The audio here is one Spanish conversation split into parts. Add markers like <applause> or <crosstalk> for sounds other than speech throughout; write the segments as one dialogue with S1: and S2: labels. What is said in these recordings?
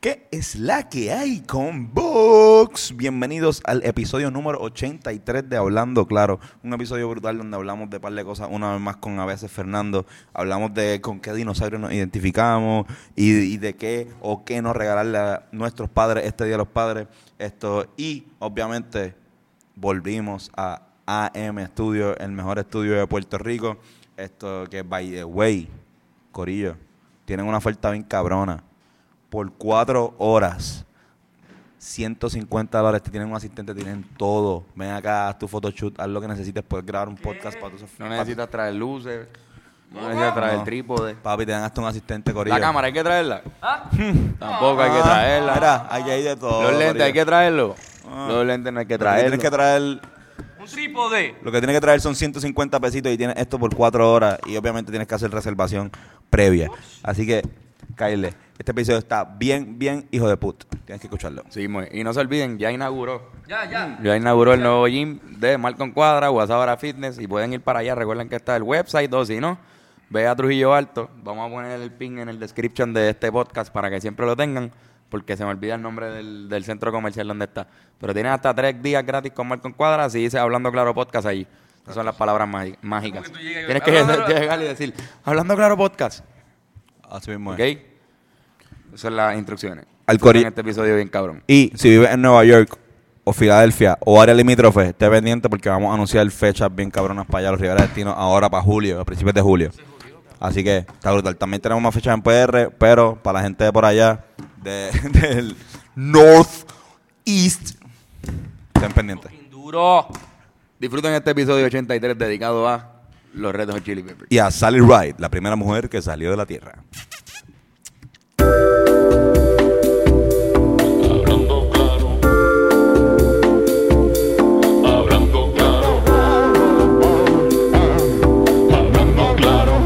S1: ¿Qué es la que hay con Vox? Bienvenidos al episodio número 83 de Hablando Claro. Un episodio brutal donde hablamos de par de cosas, una vez más con a veces Fernando. Hablamos de con qué dinosaurio nos identificamos y, y de qué o qué nos regalarle a nuestros padres este Día de los Padres. Esto, y obviamente volvimos a AM Studio, el mejor estudio de Puerto Rico. Esto que by the way, Corillo, tienen una oferta bien cabrona por cuatro horas. 150 dólares, te tienen un asistente, tienen todo. Ven acá, haz tu photoshoot, haz lo que necesites, puedes grabar un podcast para tus
S2: No necesitas traer luces, no necesitas traer trípode.
S1: Papi, te dan hasta un asistente corillo.
S2: La cámara hay que traerla. <laughs> Tampoco hay que
S1: Ah,
S2: traerla.
S1: Mira, ahí hay de todo.
S2: Los lentes
S1: corillo.
S2: hay que traerlos.
S1: Ah.
S2: Los lentes no hay que
S1: Lo que
S2: traerlos.
S1: tienes que traer
S3: Un trípode.
S1: Lo que tienes que traer son 150 pesitos y tienes esto por 4 horas y obviamente tienes que hacer reservación previa. Así que, Kyle, este episodio está bien, bien hijo de puta. Tienes que escucharlo.
S2: Sí, muy- y no se olviden, ya inauguró.
S3: Ya, ya.
S2: Ya inauguró el nuevo gym de Malcolm Cuadra, Guasabara Fitness, y pueden ir para allá. Recuerden que está el website, o si no, ve a Trujillo Alto. Vamos a poner el pin en el description de este podcast para que siempre lo tengan, porque se me olvida el nombre del, del centro comercial donde está. Pero tienen hasta tres días gratis con Malcolm Cuadra, si dice Hablando Claro Podcast allí. Esas son las palabras mági- mágicas.
S3: Como que tú llegas
S2: Tienes
S3: y-
S2: que
S3: Hablando <laughs> Claro.
S2: llegar y decir, Hablando Claro Podcast,
S1: Así mismo
S2: ¿ok?
S1: es.
S2: Esas son las instrucciones.
S1: Al cori-
S2: en este episodio bien cabrón.
S1: Y si vives en Nueva York o Filadelfia o área limítrofe, esté pendiente porque vamos a anunciar fechas bien cabronas para allá, los Rivera Destino, ahora para julio, a principios de julio. Así que está brutal. También tenemos más fechas en PR, pero para la gente de por allá, de- <laughs> del North East, estén pendientes.
S3: Duro.
S2: Disfruten este episodio 83 dedicado a los Red Hot Chili Peppers.
S1: y a Sally Ride, la primera mujer que salió de la Tierra.
S4: Hablando claro, hablando claro, hablando claro,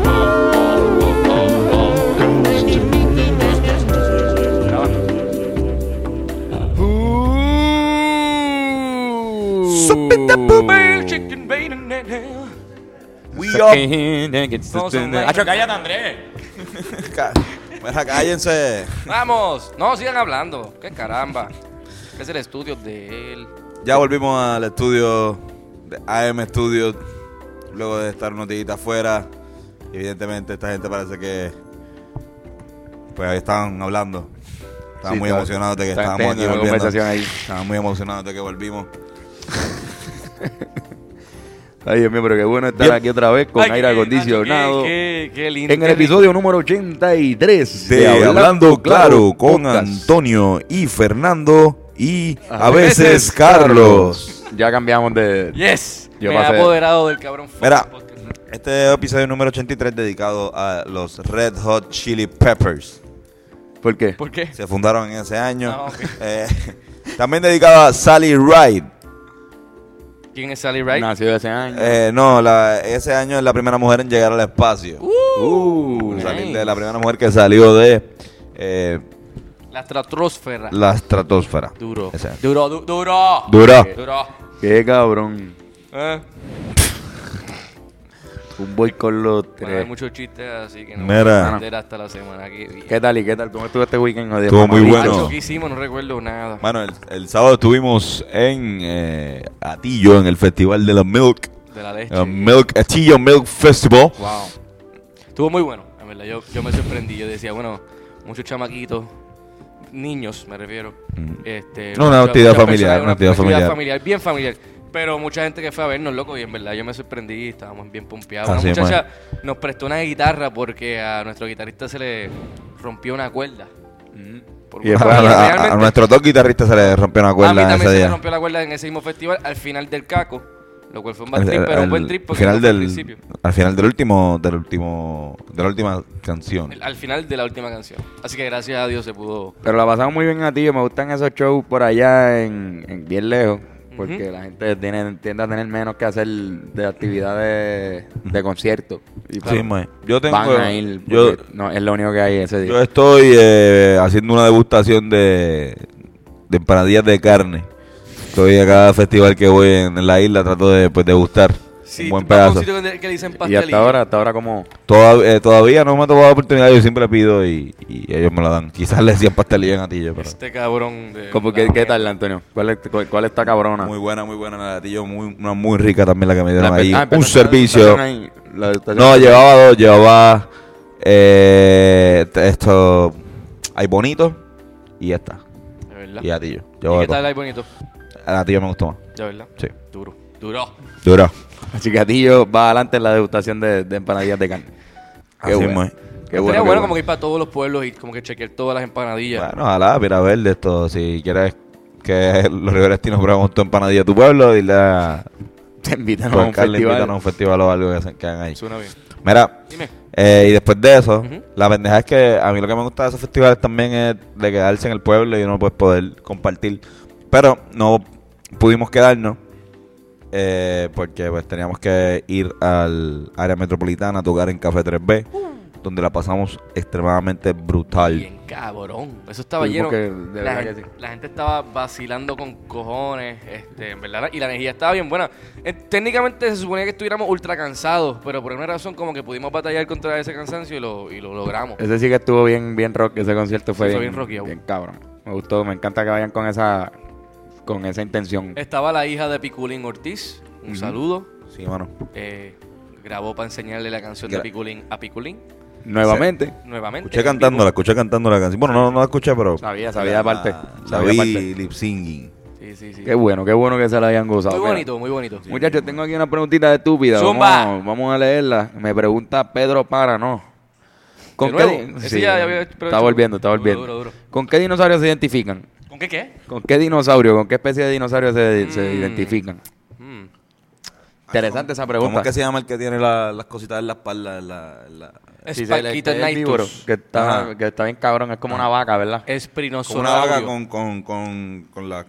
S2: Uh.
S3: Sopita pupil, chicken bacon, na, na.
S1: We
S3: Vamos a un break.
S2: Acho, cállate.
S3: Andrés!
S1: Mira, cállense.
S3: Vamos. No, sigan hablando. Qué caramba. Que es el estudio de él.
S1: Ya volvimos al estudio de AM Studios, luego de estar unos días afuera. Evidentemente, esta gente parece que. Pues ahí estaban hablando. Estaban
S2: Sí,
S1: muy
S2: está-
S1: emocionados de que
S2: están
S1: estábamos aquí
S2: teniendo una
S1: volviendo.
S2: conversación ahí.
S1: Estaban muy emocionados de que volvimos.
S2: Ay, Dios mío, pero qué bueno estar
S1: Bien.
S2: aquí otra vez con
S3: Ay,
S2: aire
S3: qué-
S2: acondicionado.
S3: Qué, qué, qué lindo.
S2: En el
S3: qué rico.
S2: episodio número 83
S1: De Hablando Claro con
S2: Podcast.
S1: Antonio y Fernando y a
S2: A
S1: veces
S3: veces
S1: Carlos.
S2: Ya cambiamos de.
S3: Yes.
S2: Yo
S3: me
S2: pasé.
S3: he apoderado del cabrón.
S1: Mira,
S3: Podcast.
S1: este episodio número 83 dedicado a los Red Hot Chili Peppers.
S2: ¿Por qué?
S3: ¿Por qué?
S1: Se fundaron en ese año.
S3: Ah, ok.
S1: <laughs> Eh, también dedicado a Sally Ride.
S3: ¿Quién es Sally Wright?
S2: Nació ese año.
S1: Eh, no, la- ese año es la primera mujer en llegar al espacio.
S2: Uh,
S1: Salir
S3: nice.
S1: de la primera mujer que salió de eh,
S3: La estratosfera.
S1: la estratosfera.
S3: Duro.
S1: Ese año.
S3: Duro, du- duro.
S1: Duro.
S3: Duro.
S2: Qué cabrón.
S3: Eh.
S2: Un boy con los
S3: Bueno, hay
S2: tres.
S3: muchos chistes, así que no
S1: Mira.
S3: voy a entender hasta la semana que viene.
S2: ¿Qué tal y qué tal? ¿Cómo estuvo este weekend? Joder,
S1: Estuvo
S2: mamá?
S1: muy
S3: Macho,
S1: bueno.
S3: ¿qué hicimos? No recuerdo nada.
S1: Bueno, el, el sábado estuvimos en eh, Atillo, en el festival de la Milk.
S3: de la leche.
S1: el Milk Atillo Milk Festival.
S3: Wow. Estuvo muy bueno, en verdad. Yo, yo me sorprendí. Yo decía, bueno, muchos chamaquitos, niños, me refiero. Este,
S1: No, Mm. una
S3: muchas-
S1: actividad
S3: muchas
S1: familiar, una actividad familiar.
S3: Bien familiar. Pero mucha gente que fue a vernos, loco, y en verdad yo me sorprendí. Estábamos bien pompeados.
S1: Así
S3: una
S1: es,
S3: muchacha nos prestó una guitarra porque a nuestro guitarrista se le rompió una cuerda. Por
S2: Y
S3: una-
S2: es
S1: <laughs> A,
S2: para-
S1: a- a- a
S3: realmente-
S1: nuestros dos guitarristas se les rompió una
S3: a mí
S1: cuerda
S3: también
S1: ese
S3: se me
S1: día.
S3: rompió la cuerda en ese mismo festival al final del caco, lo cual fue un bad
S1: Al-
S3: trip,
S1: al-
S3: pero
S1: al
S3: un buen trip porque
S1: final
S3: no fue al
S1: del-
S3: principio.
S1: Al final del último, del último, de la última canción.
S3: El- al final de la última canción. Así que gracias a Dios se pudo.
S2: Pero la pasamos muy bien a ti, me gustan esos shows por allá en, en bien lejos, porque la gente tiene, tiende a tener menos que hacer de actividades de concierto. Y
S1: Sí, mae. Yo tengo,
S2: van a ir,
S1: yo,
S2: porque no, es lo único que hay ese
S1: yo
S2: día.
S1: estoy eh, haciendo una degustación de, de empanadillas de carne. Estoy a cada festival que voy en, en la isla, trato de pues, degustar.
S3: Sí,
S1: un buen
S3: vas a un
S1: pedazo.
S3: sitio donde- que le dicen
S2: Y
S3: pastelillo.
S2: hasta ahora, hasta ahora como...
S1: Toda- eh, todavía no me ha tomado la oportunidad, yo siempre la pido y, y ellos me la dan. Quizás le decían pastelillo en gatillo, pero...
S3: Este cabrón de...
S2: como que- ¿Qué tal, Antonio? ¿Cuál, es- cuál, cuál está cabrona?
S1: Muy buena, muy buena la gatillo, muy, una muy rica también la que me
S2: La
S1: dieron
S2: empe-
S1: ahí.
S2: ah,
S1: un
S2: empezaste la
S1: servicio.
S2: degustación ahí, la degustación.
S1: No, llevaba dos, llevaba eh, t- esto, hay bonito y esta,
S3: De verdad.
S1: y gatillo.
S3: ¿Y
S1: Llevaba
S3: qué tal
S1: dos.
S3: ahí bonito?
S1: A gatillo me gustó más,
S3: De verdad.
S1: sí.
S3: Duro. Duro.
S1: Duro.
S2: Así que Gatillo va adelante en la degustación de, de empanadillas de carne.
S1: Así mismo es.
S2: Qué
S3: Estaría
S2: bueno, qué
S3: bueno,
S2: bueno.
S3: como que ir para todos los pueblos y como que chequear todas las empanadillas.
S1: Bueno, ojalá, mira, a ver de esto, si quieres que <laughs> los riverestinos prueben tu empanadilla de tu pueblo, dile a...
S2: Te invitan a
S1: Carlos,
S2: un festival.
S1: invítanos a un festival o algo que, se- que hagan ahí.
S3: Suena bien.
S1: Mira,
S3: Dime.
S1: eh, y después de eso,
S3: Ujú.
S1: la pendeja es que a mí lo que me gusta de esos festivales también es de quedarse en el pueblo y uno pues poder compartir. Pero no pudimos quedarnos eh, porque pues teníamos que ir al área metropolitana a tocar en Café 3B,
S2: Mm.
S1: donde la pasamos extremadamente brutal.
S3: Bien cabrón. Eso estaba
S2: Tuvimos
S3: lleno.
S2: que- de
S3: la,
S2: verdad
S3: gente,
S2: que sí.
S3: la gente estaba vacilando con cojones. Este, en verdad. Y la energía estaba bien buena. Eh, técnicamente se suponía que estuviéramos ultra cansados. Pero por una razón, como que pudimos batallar contra ese cansancio y lo, y lo logramos.
S2: Ese sí que estuvo bien, bien rock. Ese concierto fue,
S3: Sí, fue
S2: bien,
S3: bien rockeado.
S2: bien cabrón. Me gustó, me encanta que vayan con esa, con esa intención.
S3: Estaba la hija de Piculín Ortiz. Un saludo.
S1: Sí, mano.
S3: Eh, grabó para enseñarle la canción
S1: Gra-
S3: de Piculín a Piculín.
S2: Nuevamente.
S3: Nuevamente.
S1: Escuché cantando, la escuché cantando la canción. Bueno, no, no la escuché, pero...
S2: Sabía, sabía aparte.
S1: La
S2: Sabía
S1: vi
S2: aparte.
S1: lip singing.
S3: Sí, sí, sí.
S2: Qué bueno, qué bueno que se la hayan gozado.
S3: Muy
S2: Mira,
S3: bonito, muy bonito.
S2: Muchachos, tengo aquí una preguntita estúpida.
S3: Zumba.
S2: Vamos, vamos a leerla. Me pregunta Pedro Para, ¿no?
S3: ¿De nuevo?
S2: di-
S3: Ese
S2: Sí,
S3: ya- ya había- pero
S2: está
S3: hecho-
S2: volviendo, está
S3: Duro,
S2: volviendo.
S3: duro, duro.
S2: ¿Con qué dinosaurios se identifican?
S3: ¿Con qué qué?
S2: ¿Con qué dinosaurio, con qué especie de dinosaurio se, se
S3: Mm.
S2: identifican?
S3: Mm.
S2: Interesante esa pregunta.
S1: ¿Cómo es que se llama el que tiene la- las cositas en la espalda? en la- en la-
S2: Si se le-
S3: Sparkita
S2: el víboro,
S3: Nitus.
S2: que está,
S1: Ajá.
S2: que está bien cabrón, es como una vaca, ¿verdad?
S1: Como una vaca
S3: Espinosaurio.
S1: con, con, con, con la...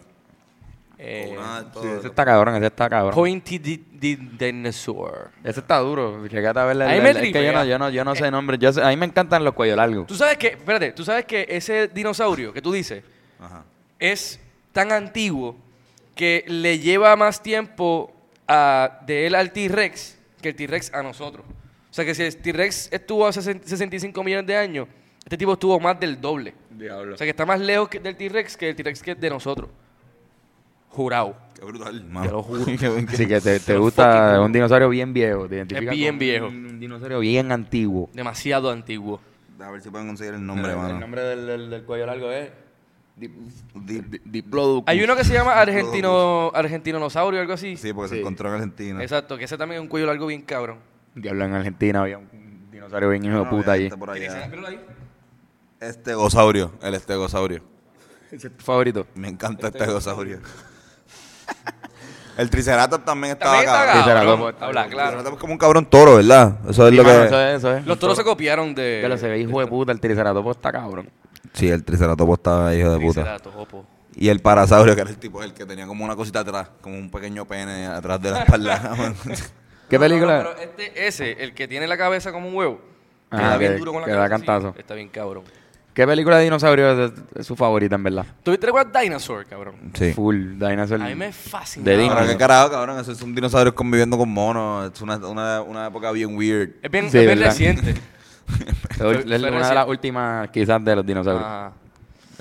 S3: Eh,
S1: con una de todo.
S2: Sí, ese está cabrón, ese está cabrón.
S3: Pointy di- di- Dinosaur.
S2: Ese está duro. Llegate a verle.
S3: Ahí
S2: el-
S3: me
S2: el- es que yo no,
S3: tripea.
S2: yo no, yo no sé nombre. Yo sé- a mí me encantan los cuellos largos.
S3: Tú sabes que, espérate, tú sabes que ese dinosaurio que tú dices
S1: Ajá.
S3: es tan antiguo que le lleva más tiempo a- de él al T-Rex que el T-Rex a nosotros. O sea que si el T-Rex estuvo hace 60 65 millones de años, este tipo estuvo más del doble.
S2: Diablo.
S3: O sea que está más lejos que- del T-Rex que el T-Rex que de nosotros. Jurado.
S1: Qué brutal,
S3: Te lo
S1: mano. <laughs>
S3: juro.
S2: Así que te, te
S3: Pero
S2: gusta
S3: fucking-
S2: un dinosaurio bien viejo. te identificas
S3: Es bien
S2: con
S3: viejo.
S2: Un, un dinosaurio bien antiguo.
S3: Demasiado antiguo.
S1: A ver si pueden conseguir el nombre,
S2: Eh, el
S1: mano.
S2: nombre del, del- del cuello largo es. Dip-
S1: Dip-
S2: Dip- Diplodocus.
S3: Hay uno que
S1: <laughs>
S3: se llama argentino, argentinosaurio o algo así.
S1: Sí, porque se
S2: Sí.
S1: encontró en Argentina.
S3: Exacto, que ese también es un cuello largo bien cabrón.
S2: Diablo, en Argentina había un dinosaurio bien hijo
S1: No,
S2: de puta allí.
S1: está por allá.
S3: Míralo ahí.
S1: Estegosaurio, el estegosaurio. pues.
S2: Ese es tu favorito.
S1: Me encanta estegosaurio. el triceratops también estaba
S3: También está
S1: cabrón.
S2: cagado.
S3: cabrón.
S2: Triceratops.
S3: Habla,
S1: El
S3: claro.
S1: triceratops es como un cabrón toro, ¿verdad? Eso es
S2: Sí,
S1: lo
S2: mano,
S1: que...
S2: eso es, eso es.
S3: Los toros se copiaron de.
S2: Ya lo se ve, hijo de puta, el triceratops está cabrón.
S1: Sí, el triceratops estaba hijo de puta.
S3: Triceratops, opo.
S1: Y el parasaurio, que era el tipo el que tenía como una cosita atrás, como un pequeño pene atrás de la espalda. <laughs> mano.
S2: ¿Qué
S3: No, no,
S2: película?
S3: no, pero este, ese, el que tiene la cabeza como un huevo. Que
S2: Ah,
S3: da bien
S2: que-
S3: duro con la
S2: que da
S3: cabeza. así,
S2: cantazo.
S3: está bien cabrón.
S2: ¿Qué película de dinosaurios es, es su favorita, en verdad?
S3: ¿Tú viste cuál Dinosaur, cabrón?
S1: sí.
S2: Full, Dinosaur.
S3: A mí me fascina.
S2: De
S1: Pero
S2: Disney.
S1: qué carajo, cabrón, esos son dinosaurios conviviendo con monos. Es una, una, una época bien weird.
S3: Es bien,
S2: Sí,
S3: es bien
S2: ¿verdad? <laughs>
S3: reciente.
S2: Fue-
S3: fue
S2: es una de
S3: recién.
S2: las últimas, quizás, de los dinosaurios.
S3: Ajá.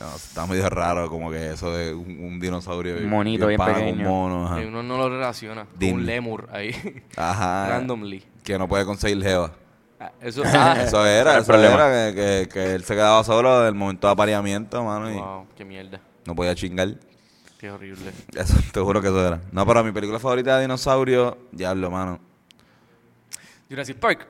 S1: No, está medio raro como que eso de un, un dinosaurio.
S2: Un
S1: y
S2: monito
S1: un
S2: bien
S1: pana
S2: pequeño.
S1: Con mono, ajá.
S3: Y uno no lo relaciona. con
S1: Disney.
S3: Un lemur ahí.
S1: Ajá.
S3: <laughs> Randomly.
S1: Que no puede conseguir
S2: <laughs>
S1: jeva.
S3: Ah, Eso. ah,
S1: <laughs> Eso era,
S2: era el
S1: eso
S2: problema.
S1: era, que, que, que él se quedaba solo del momento de apareamiento, mano, y
S3: Wow, qué mierda.
S1: no podía chingar.
S3: Qué horrible.
S1: Eso, <laughs> te juro que eso era. No, pero mi película favorita de dinosaurio, diablo, mano.
S3: Jurassic Park.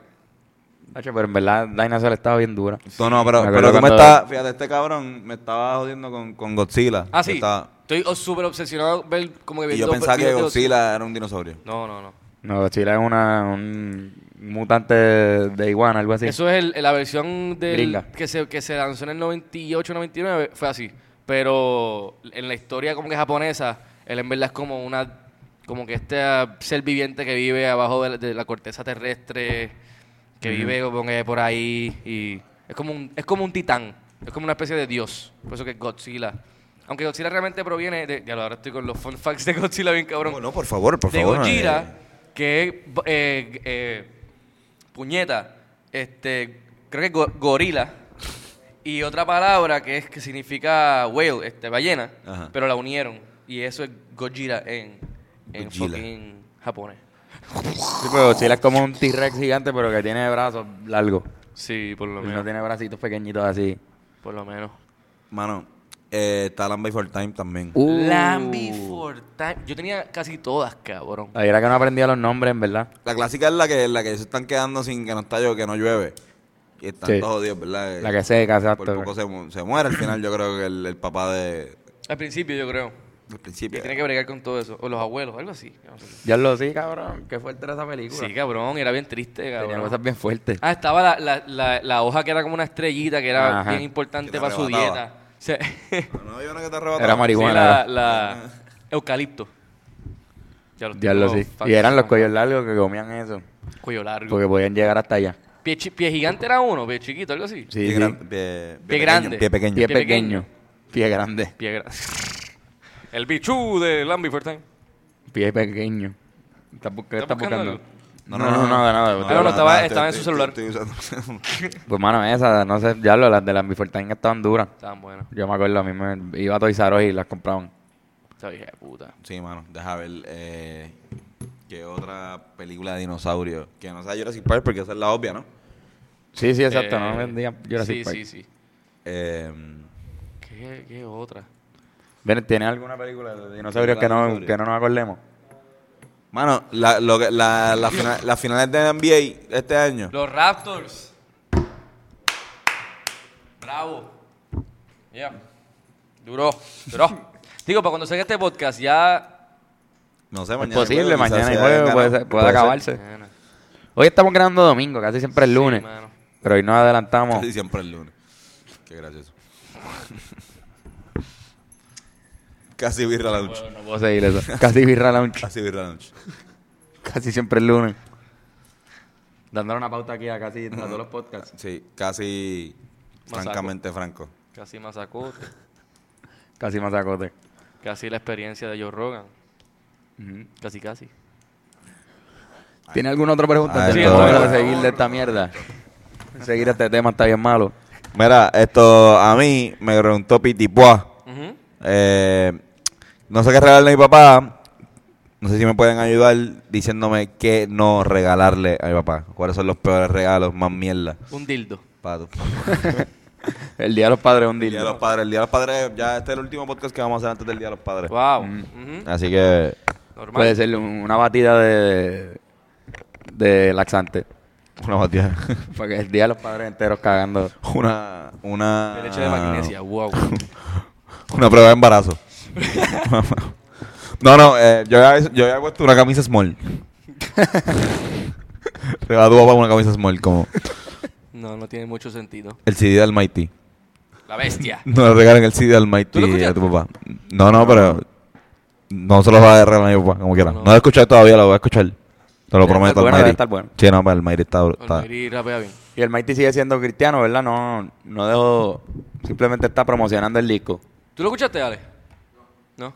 S2: Nacho, pero en verdad, Dinosaur estaba bien dura.
S1: No, no,
S2: me
S1: pero,
S2: acuerdo
S1: pero tú me
S2: cuando-
S1: estabas- fíjate, este cabrón me estaba jodiendo con, con Godzilla.
S3: Ah, sí.
S1: Yo estaba-
S3: Estoy oh, súper obsesionado ver como que
S1: y yo
S3: viendo
S1: pensaba que
S3: videos de
S1: Godzilla era un dinosaurio.
S3: No, no, no.
S2: No, Godzilla es una, un mutante de iguana, algo así.
S3: Eso es el- la versión del
S2: Gringa.
S3: que se, que se lanzó en el 98, 99. Fue así. Pero en la historia como que japonesa, él en verdad es como una... Como que este ah, ser viviente que vive abajo de la, de la corteza terrestre, que vive como que por ahí y... Es como, un, es como un titán, es como una especie de dios, por eso que es Godzilla. Aunque Godzilla realmente proviene de... Ya lo ahora estoy con los fun facts de Godzilla bien cabrón.
S1: No, no, por favor, por
S3: de
S1: favor.
S3: Gojira
S1: eh.
S3: que eh, eh, puñeta, este, creo que go- gorila, y otra palabra que es que significa whale, este, ballena,
S1: Ajá.
S3: pero la unieron. Y eso es Gojira en, en
S1: Gojira.
S3: fucking japonés.
S2: Sí, pero Godzilla es como un T-Rex gigante, pero que tiene brazos largos.
S3: Sí, por lo
S2: Y no tiene bracitos pequeñitos así.
S3: Por lo menos.
S1: Mano, eh, está Land Before Time también.
S2: Uh.
S3: Land Before Time. Yo tenía casi todas, cabrón.
S2: Ahí era que no aprendía los nombres, en verdad.
S1: La clásica es la que, la que se están quedando sin que no está yo, que no llueve. Y están
S2: Sí.
S1: todos jodidos, ¿verdad? Eh,
S2: La que seca, exacto.
S1: Por poco se, mu- se muere al final, yo creo que el, el papá de,
S3: Al principio, yo creo.
S1: del
S3: Que
S1: principio.
S3: tiene que bregar con todo eso. O los abuelos, algo así. Yo no sé.
S2: Ya lo sí, cabrón. Qué fuerte era esa película.
S3: Sí, cabrón. Era bien triste,
S2: Tenía
S3: cabrón.
S2: cosas bien fuertes.
S3: Ah, estaba la, la, la, la hoja que era como una estrellita, que era
S2: Ajá.
S3: bien
S1: Que
S3: importante
S1: te
S3: para su
S1: arrebataba.
S3: dieta. O
S2: <laughs>
S3: sea, sí,
S1: No, no había una que te arrebataba.
S2: Era marihuana.
S3: la, la- eucalipto. Ya los
S2: Ya lo
S3: tipos
S2: sí.
S3: fucking
S2: Y eran los
S3: son-
S2: cuellos largos que comían eso.
S3: Cuello largo.
S2: Porque podían llegar hasta allá.
S3: Pie, chi- pie gigante era uno, pie chiquito, algo así.
S2: Sí,
S1: pie,
S2: sí.
S1: gran- pie- pie
S3: Pie
S1: pequeño,
S3: grande.
S1: Pie pequeño.
S2: Pie
S3: Pie pequeño.
S2: pequeño. Pie grande.
S3: Pie grande. <laughs> El bichú de Lambi Time.
S2: Pie pequeño. ¿Estás bu- ¿Qué
S3: ¿Estás
S2: estás
S3: buscando
S2: buscando?
S1: No,
S2: No,
S1: no,
S2: no,
S1: no.
S2: nada, nada.
S3: Ah, no, no, estaba-
S1: nada,
S3: estaba en
S1: estoy-
S3: su celular.
S1: estoy- estoy usando-
S2: Pues, mano, esas, no sé, ya lo, las de la Ambifortine estaban duras.
S3: Estaban buenos.
S2: Yo me acuerdo, a mí me iba a Toys R Us y las compraban.
S3: Esa vieja de puta.
S1: Sí, mano, deja ver eh, qué otra película de dinosaurio. Que no sea Jurassic Park, porque esa es la obvia, ¿no?
S2: Sí, sí, exacto.
S3: Eh,
S2: no vendían Jurassic
S3: sí,
S2: Park.
S3: Sí, sí,
S1: Eh,
S3: ¿Qué, qué otra?
S2: Ven, ¿Tienes alguna película de dinosaurios que no,
S1: Dinosaurios.
S2: que no nos acordemos?
S1: mano, la, lo que- la, la fina- las finales de NBA este año.
S3: Los Raptors. Bravo. Ya. Duró, duró. Digo, para cuando salga este podcast ya...
S1: No sé,
S2: Es
S1: mañana.
S2: posible,
S1: jueves,
S2: mañana
S1: quizás
S2: hay
S1: sea
S2: jueves,
S1: ganado.
S2: puede, ser-
S1: <laughs>
S2: puede acabarse.
S3: Bueno,
S2: Hoy estamos grabando domingo, casi siempre el lunes.
S3: mano.
S2: pero hoy nos adelantamos.
S1: Casi siempre el lunes. Qué gracioso. <laughs> Casi birra lunch.
S2: No puedo seguir eso. Casi birra lounge.
S1: Casi birra lunch.
S2: Casi siempre el lunes. Dándole una pauta aquí a casi a todos los podcasts.
S1: Sí, casi
S3: Masaco.
S1: francamente franco.
S3: Casi Mazacote.
S2: Casi masacote.
S3: Casi la experiencia de Joe Rogan.
S2: Ujú.
S3: Casi, casi.
S2: ¿Tiene alguna otra pregunta?
S1: Ay,
S2: antes de
S1: no.
S2: nosotros seguir de esta mierda. Seguir este tema está bien malo.
S1: Mira, esto a mí me preguntó Piti Bois.
S3: Ujú.
S1: Eh, no sé qué regalarle a mi papá. No sé si me pueden ayudar diciéndome qué no regalarle a mi papá. ¿Cuáles son los peores regalos, más mierda?
S3: Un dildo.
S1: <laughs> Pato.
S2: El día de los padres es un
S1: El Día de los
S2: dildo.
S1: Padres. El Día de los Padres, ya este es el último podcast que vamos a hacer antes del Día de los Padres.
S3: Wow. Ujú.
S1: Así que...
S3: Normal.
S2: Puede ser un- una batida de, de laxante.
S1: Una batida. <laughs>
S2: Porque el día de los padres enteros cagando.
S1: Una... Una...
S3: de leche de
S1: Ah.
S3: magnesia. Wow.
S1: Una prueba de embarazo. <laughs> no, no, eh, yo, había, yo había puesto una camisa
S3: <laughs>
S1: small. <laughs> Regaló a papá una camisa small, como
S3: No, no tiene mucho sentido.
S1: el CD de Almighty. <laughs>
S3: La bestia.
S1: No le regalan el CD de
S3: ¿Tú lo
S1: Almighty a
S3: escuchaste?
S1: tu papá. No, no, pero no se lo va a regalar a mi papá, como quiera.
S3: No.
S1: No lo he escuchado todavía, lo voy a escuchar. Te lo
S2: Debe
S1: prometo,
S2: estar bueno,
S1: Almighty.
S2: debe estar bueno.
S1: Sí, no, pero Almighty está... está-
S3: Olmeiri rapea bien.
S2: Y el Mighty sigue siendo cristiano, ¿verdad? No, no dejó. Simplemente está promocionando el disco.
S3: ¿Tú lo escuchaste, Ale? No.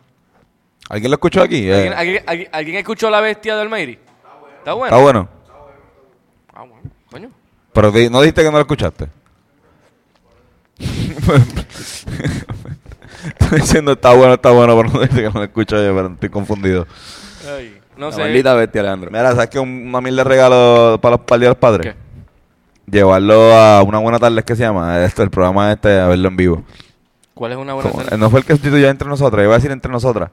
S1: ¿Alguien lo escuchó aquí? Eh,
S3: ¿Alguien, alguien- alguien- alguien escuchó la bestia de Olmeiri? Está bueno.
S1: Está bueno.
S3: Ah, bueno. Coño.
S1: Pero di- no dijiste que no lo
S2: <laughs>
S1: escuchaste. Estoy diciendo está bueno, está bueno, pero no dijiste que no lo escucho yo, pero estoy confundido.
S3: Ay, no
S2: La
S3: sé.
S2: maldita bestia, Alejandro.
S1: Mira, ¿sabes qué? Un- Una mil de regalo para los para el Día de los padres.
S3: ¿Qué?
S1: Llevarlo a una buena tarde, es que se llama? Esto, el programa este, a verlo en vivo.
S3: ¿Cuál es una buena
S1: Como-
S3: cena?
S1: no fue el que sustituyó entre nosotras, iba a decir entre nosotras.